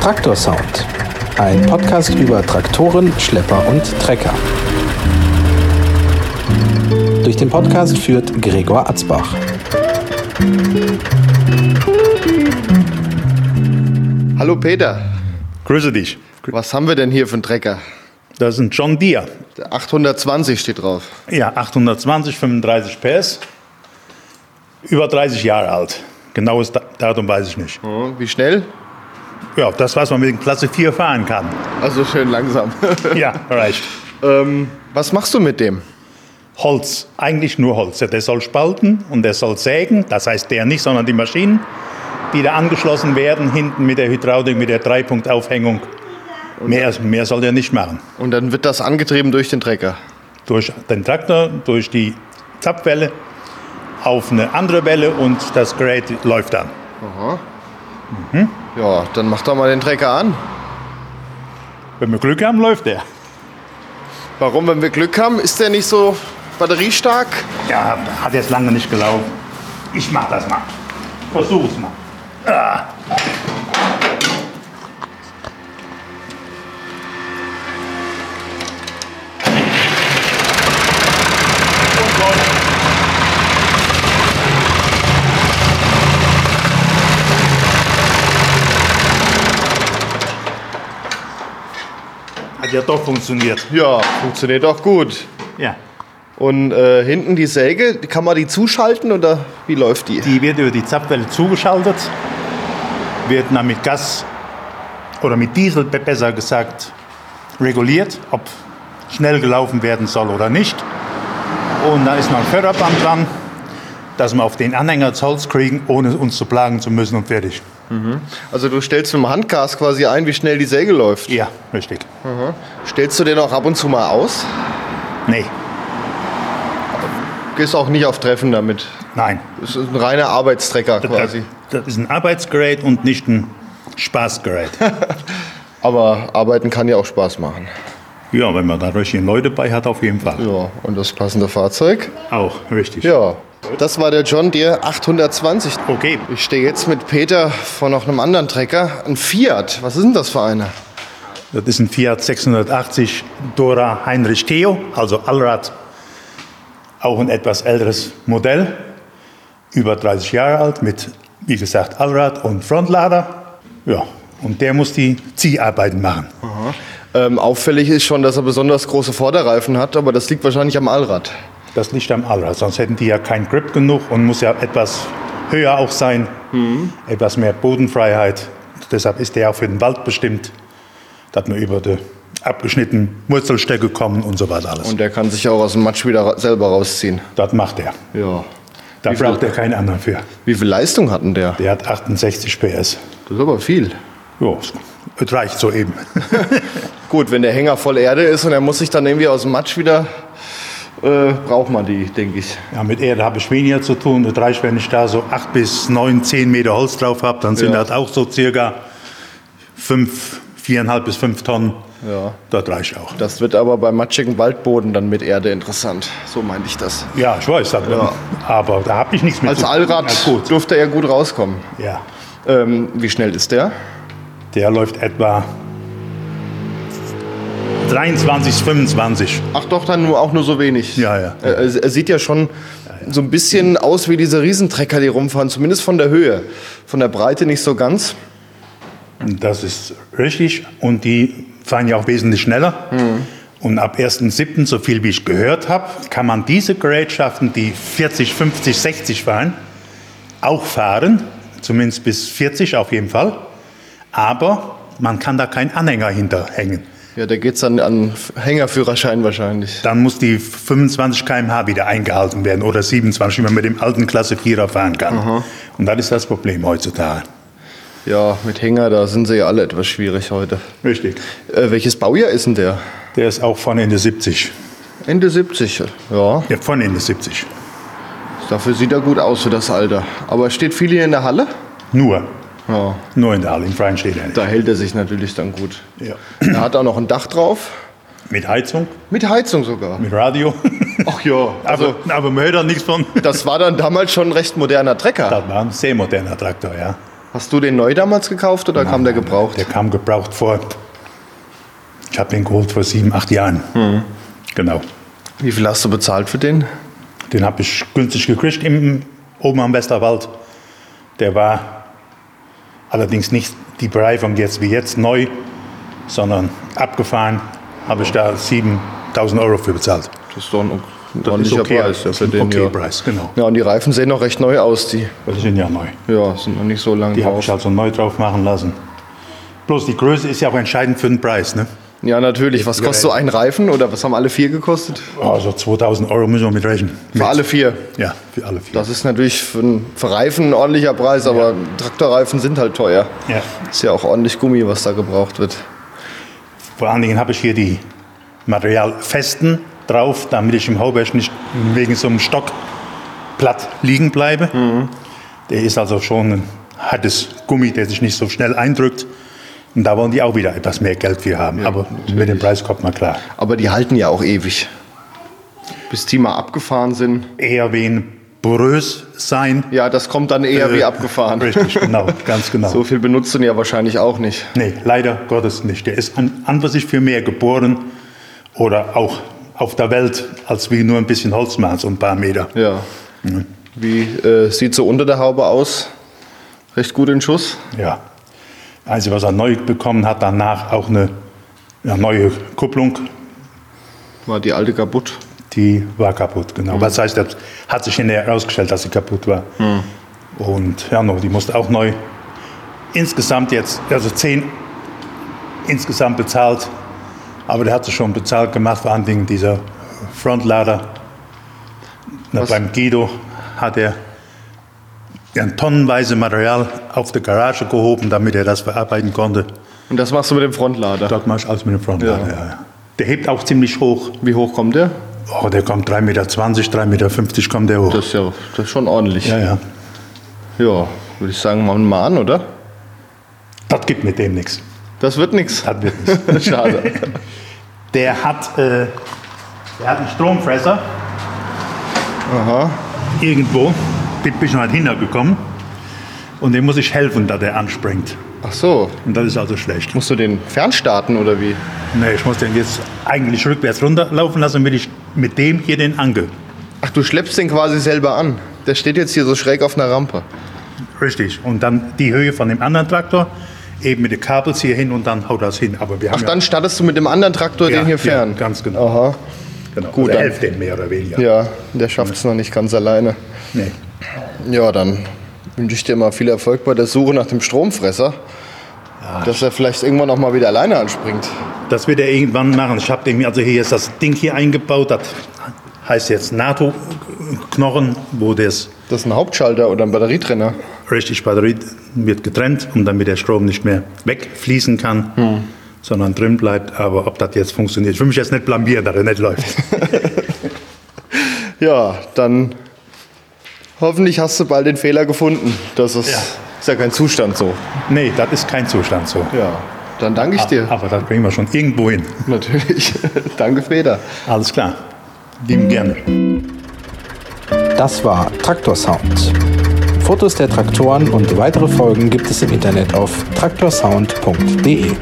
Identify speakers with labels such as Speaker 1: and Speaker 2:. Speaker 1: Traktorsound. Ein Podcast über Traktoren, Schlepper und Trecker. Durch den Podcast führt Gregor Atzbach.
Speaker 2: Hallo Peter,
Speaker 3: Grüße dich.
Speaker 2: was haben wir denn hier für einen Trecker?
Speaker 3: Das ist ein John Deere.
Speaker 2: Der 820 steht drauf.
Speaker 3: Ja, 820, 35 PS. Über 30 Jahre alt. Genaues Da- Datum weiß ich nicht.
Speaker 2: Hm, Wie schnell?
Speaker 3: Ja, das, was man mit dem Klasse 4 fahren kann.
Speaker 2: Also schön langsam.
Speaker 3: Ja, reicht.
Speaker 2: ähm, was machst du mit dem?
Speaker 3: Holz, eigentlich nur Holz. Der soll spalten und der soll sägen. Das heißt der nicht, sondern die Maschinen, die da angeschlossen werden, hinten mit der Hydraulik, mit der Dreipunktaufhängung. Mehr, mehr soll der nicht machen.
Speaker 2: Und dann wird das angetrieben durch den Trecker.
Speaker 3: durch den Traktor, durch die Zapfwelle auf eine andere Welle und das Gerät läuft dann.
Speaker 2: Ja, dann mach doch mal den Trecker an.
Speaker 3: Wenn wir Glück haben, läuft der.
Speaker 2: Warum, wenn wir Glück haben, ist der nicht so batteriestark?
Speaker 3: Ja, hat jetzt lange nicht gelaufen. Ich mach das mal. Versuch's mal. Hat ja doch funktioniert.
Speaker 2: Ja, funktioniert auch gut.
Speaker 3: Ja.
Speaker 2: Und äh, hinten die Säge, kann man die zuschalten oder wie läuft die?
Speaker 3: Die wird über die Zapfwelle zugeschaltet, wird dann mit Gas oder mit Diesel be- besser gesagt reguliert, ob schnell gelaufen werden soll oder nicht. Und dann ist noch ein Förderband dran, dass wir auf den Anhänger das Holz kriegen, ohne uns zu plagen zu müssen und fertig.
Speaker 2: Also du stellst mit dem Handgas quasi ein, wie schnell die Säge läuft.
Speaker 3: Ja, richtig.
Speaker 2: Stellst du den auch ab und zu mal aus?
Speaker 3: Nee,
Speaker 2: Gehst auch nicht auf Treffen damit.
Speaker 3: nein.
Speaker 2: Es ist ein reiner Arbeitstrecker quasi.
Speaker 3: Das ist ein Arbeitsgerät und nicht ein Spaßgerät.
Speaker 2: Aber arbeiten kann ja auch Spaß machen.
Speaker 3: ja, wenn man da richtigen Leute bei hat, auf jeden Fall.
Speaker 2: Ja, und das passende Fahrzeug?
Speaker 3: Auch, richtig.
Speaker 2: Ja. Das war der John Deere 820.
Speaker 3: Okay,
Speaker 2: Ich stehe jetzt mit Peter vor noch einem anderen Trecker, ein Fiat. Was ist denn das für einer?
Speaker 3: Das ist ein Fiat 680 Dora Heinrich Theo, also Allrad. Auch ein etwas älteres Modell, über 30 Jahre alt, mit, wie gesagt, Allrad und Frontlader. Ja, und der muss die Zieharbeiten machen.
Speaker 2: Ähm, auffällig ist schon, dass er besonders große Vorderreifen hat, aber das liegt wahrscheinlich am Allrad.
Speaker 3: Das liegt am Allrad, sonst hätten die ja keinen Grip genug und muss ja etwas höher auch sein, etwas mehr Bodenfreiheit. Deshalb ist der auch für den Wald bestimmt, dass wir über die abgeschnittenen Wurzelstöcke kommen und so was alles.
Speaker 2: Und der kann sich auch aus dem Matsch wieder ra selber rausziehen.
Speaker 3: das macht er.
Speaker 2: Ja.
Speaker 3: Da
Speaker 2: Wie viel-
Speaker 3: braucht er keinen anderen für.
Speaker 2: Wie viel Leistung hat denn der?
Speaker 3: Der hat 68 PS.
Speaker 2: Das ist aber viel.
Speaker 3: Jo, es reicht so eben.
Speaker 2: Gut, wenn der Hänger voll Erde ist und er muss sich dann irgendwie aus dem Matsch wieder, äh, braucht man die, denke ich.
Speaker 3: Ja, mit Erde habe ich weniger zu tun. Das reicht, wenn ich da so 8 bis 9, 10 Meter Holz drauf habe, dann sind
Speaker 2: Ja.
Speaker 3: das auch so circa 5, 4,5 bis 5 Tonnen.
Speaker 2: Ja.
Speaker 3: Das reicht auch.
Speaker 2: Das wird aber beim matschigen Waldboden dann mit Erde interessant. So meinte ich das.
Speaker 3: Ja, ich weiß, das,
Speaker 2: Ja.
Speaker 3: aber da habe ich nichts mit
Speaker 2: Als
Speaker 3: zu tun.
Speaker 2: Allrad
Speaker 3: Ja, gut.
Speaker 2: durfte er gut rauskommen.
Speaker 3: Ja.
Speaker 2: Ähm, wie schnell ist der?
Speaker 3: Der läuft etwa 23, 25.
Speaker 2: Ach doch, dann nur, auch nur so wenig. Äh,
Speaker 3: Ja, ja.
Speaker 2: Er, er er sieht ja schon so ein bisschen aus wie diese Riesentrecker, die rumfahren. Zumindest von der Höhe. Von der Breite nicht so ganz.
Speaker 3: Das ist richtig. Und die fahren ja auch wesentlich schneller. Und ab 1.7., so viel wie ich gehört habe, kann man diese Gerätschaften, die 40, 50, 60 fahren, auch fahren. Zumindest bis 40 auf jeden Fall. Aber man kann da keinen Anhänger hinterhängen.
Speaker 2: Ja, da geht's dann an Hängerführerschein wahrscheinlich.
Speaker 3: Dann muss die 25 km/h wieder eingehalten werden oder 27, wie man mit dem alten Klasse 4er fahren kann. Und das ist das Problem heutzutage.
Speaker 2: Ja, mit Hänger, da sind sie ja alle etwas schwierig heute.
Speaker 3: Richtig.
Speaker 2: Äh, welches Baujahr ist denn der?
Speaker 3: Der ist auch von Ende 70.
Speaker 2: Ende 70. Ja,
Speaker 3: Ja, von Ende 70.
Speaker 2: dafür sieht er gut aus für das Alter. Aber steht viel hier in der Halle?
Speaker 3: Nur.
Speaker 2: Ja,
Speaker 3: Nur in der Halle, in Freien steht er nicht.
Speaker 2: da hält er sich natürlich dann gut.
Speaker 3: Ja.
Speaker 2: Er hat auch noch ein Dach drauf.
Speaker 3: Mit Heizung,
Speaker 2: Mit Heizung sogar.
Speaker 3: mit Radio.
Speaker 2: Ach ja, also
Speaker 3: aber, aber man hört da nichts von.
Speaker 2: das war dann damals schon ein recht moderner Trecker.
Speaker 3: Das war ein sehr moderner Traktor, ja.
Speaker 2: Hast du den neu damals gekauft oder kam der gebraucht?
Speaker 3: Der kam gebraucht vor. Ich habe den geholt vor sieben, acht Jahren.
Speaker 2: Mhm.
Speaker 3: Genau.
Speaker 2: Wie viel hast du bezahlt für den?
Speaker 3: Den habe ich günstig gekriegt im, oben am Westerwald. Der war allerdings nicht die Bereifung jetzt wie jetzt neu, sondern abgefahren. Habe ich da 7000 Euro für bezahlt.
Speaker 2: Das ist doch ein, ein
Speaker 3: Das ist
Speaker 2: ordentlicher
Speaker 3: okay,
Speaker 2: Preis. Ja,
Speaker 3: das
Speaker 2: für
Speaker 3: ist ein
Speaker 2: den,
Speaker 3: okay
Speaker 2: ja.
Speaker 3: Preis, genau.
Speaker 2: ja, und die Reifen sehen noch recht neu aus. Die
Speaker 3: Das sind ja neu.
Speaker 2: ja, sind noch nicht so lange
Speaker 3: Die habe
Speaker 2: drauf.
Speaker 3: ich also neu drauf machen lassen. Bloß die Größe ist ja auch entscheidend für den Preis. Ne?
Speaker 2: Ja, natürlich. Was kostet so ein Reifen oder was haben alle vier gekostet?
Speaker 3: Also 2000 Euro müssen wir mit rechnen. Mit.
Speaker 2: Für alle vier.
Speaker 3: Ja, für alle vier.
Speaker 2: Das ist natürlich für, einen- für Reifen ein ordentlicher Preis, aber Traktorreifen sind halt teuer.
Speaker 3: Ja.
Speaker 2: Ist ja auch ordentlich Gummi, was da gebraucht wird.
Speaker 3: Vor allen Dingen habe ich hier die Materialfesten drauf, damit ich im Hauberg nicht wegen so einem Stock platt liegen bleibe.
Speaker 2: Mhm.
Speaker 3: Der ist also schon ein hartes Gummi, der sich nicht so schnell eindrückt. Und da wollen die auch wieder etwas mehr Geld für haben. Aber mit dem Preis kommt man klar.
Speaker 2: Aber die halten ja auch ewig. Bis die mal abgefahren sind.
Speaker 3: Eher wie ein porös sein.
Speaker 2: Ja, das kommt dann eher wie
Speaker 3: Äh,
Speaker 2: abgefahren.
Speaker 3: Richtig, genau, ganz genau.
Speaker 2: So viel benutzt du ihn ja wahrscheinlich auch nicht.
Speaker 3: Nee, leider Gottes nicht. Der ist an, an was ich für mehr geboren oder auch auf der Welt, als wie nur ein bisschen Holzmaß und ein paar Meter.
Speaker 2: Ja.
Speaker 3: Mhm.
Speaker 2: Wie äh, sieht so unter der Haube aus? Recht gut in Schuss.
Speaker 3: Ja. Also was er neu bekommen hat, danach auch eine, eine neue Kupplung,
Speaker 2: War die alte kaputt.
Speaker 3: die war kaputt,
Speaker 2: Mhm.
Speaker 3: genau. Was heißt, das hat sich hinterher herausgestellt, dass sie kaputt war.
Speaker 2: Mhm.
Speaker 3: Und ja, no, die musste auch neu. Insgesamt jetzt, also 10 insgesamt bezahlt, aber der hat sie schon bezahlt gemacht, vor allen Dingen dieser Frontlader. Na,
Speaker 2: Was?
Speaker 3: beim Guido hat er ja, tonnenweise Material auf der Garage gehoben, damit er das verarbeiten konnte.
Speaker 2: Und das machst du mit dem Frontlader.
Speaker 3: Dort machst du alles mit dem Frontlader.
Speaker 2: Ja.
Speaker 3: Ja. Ja. Der hebt auch ziemlich hoch.
Speaker 2: Wie hoch kommt der?
Speaker 3: Oh, der kommt 3,20 Meter, 3,50 Meter kommt der hoch.
Speaker 2: Das ist ja das ist schon ordentlich.
Speaker 3: ja, ja.
Speaker 2: Ja, würde ich sagen, machen wir mal an, oder?
Speaker 3: Das gibt mit dem nichts.
Speaker 2: Das wird nichts.
Speaker 3: Das wird nichts.
Speaker 2: Schade.
Speaker 3: Der hat, äh, der hat einen Stromfresser
Speaker 2: Aha.
Speaker 3: irgendwo. Den bin ich noch nicht halt hintergekommen. Und dem muss ich helfen, dass der anspringt.
Speaker 2: Ach so.
Speaker 3: Und das ist also schlecht.
Speaker 2: Musst du den fernstarten oder wie?
Speaker 3: Nee, ich muss den jetzt eigentlich rückwärts runterlaufen lassen, damit ich mit dem hier den ange.
Speaker 2: Ach, du schleppst den quasi selber an. Der steht jetzt hier so schräg auf einer Rampe.
Speaker 3: Richtig. Und dann die Höhe von dem anderen Traktor, eben mit den Kabels hier hin und dann haut das hin. Aber wir
Speaker 2: Ach,
Speaker 3: haben
Speaker 2: dann startest du mit dem anderen Traktor
Speaker 3: ja,
Speaker 2: den hier
Speaker 3: ja,
Speaker 2: fern.
Speaker 3: Ja, ganz genau.
Speaker 2: Aha.
Speaker 3: genau.
Speaker 2: gut,
Speaker 3: also
Speaker 2: dann-
Speaker 3: helft dem mehr oder weniger.
Speaker 2: Ja, der schafft es noch nicht ganz alleine.
Speaker 3: Nee.
Speaker 2: Ja, dann wünsche ich dir mal viel Erfolg bei der Suche nach dem Stromfresser. Dass er vielleicht irgendwann auch mal wieder alleine anspringt.
Speaker 3: Das wird er irgendwann machen. Ich habe dem also hier jetzt das Ding hier eingebaut. Das heißt jetzt NATO-Knochen, wo das
Speaker 2: Das ist ein Hauptschalter oder ein Batterietrenner.
Speaker 3: richtig Batterie wird getrennt und damit der Strom nicht mehr wegfließen kann, sondern drin bleibt. Aber ob das jetzt funktioniert, ich will mich jetzt nicht blamieren, dass er nicht läuft.
Speaker 2: Ja, dann hoffentlich hast du bald den Fehler gefunden. Das ist
Speaker 3: Ja.
Speaker 2: ja, ist ja kein Zustand so.
Speaker 3: nee, das ist kein Zustand so.
Speaker 2: Ja, dann danke ich dir.
Speaker 3: Aber das bringen wir schon irgendwo hin.
Speaker 2: Natürlich. danke, Feder.
Speaker 3: Alles klar. Lieben gerne.
Speaker 1: Das war Traktorsound. Fotos der Traktoren und weitere Folgen gibt es im Internet auf traktorsound.de.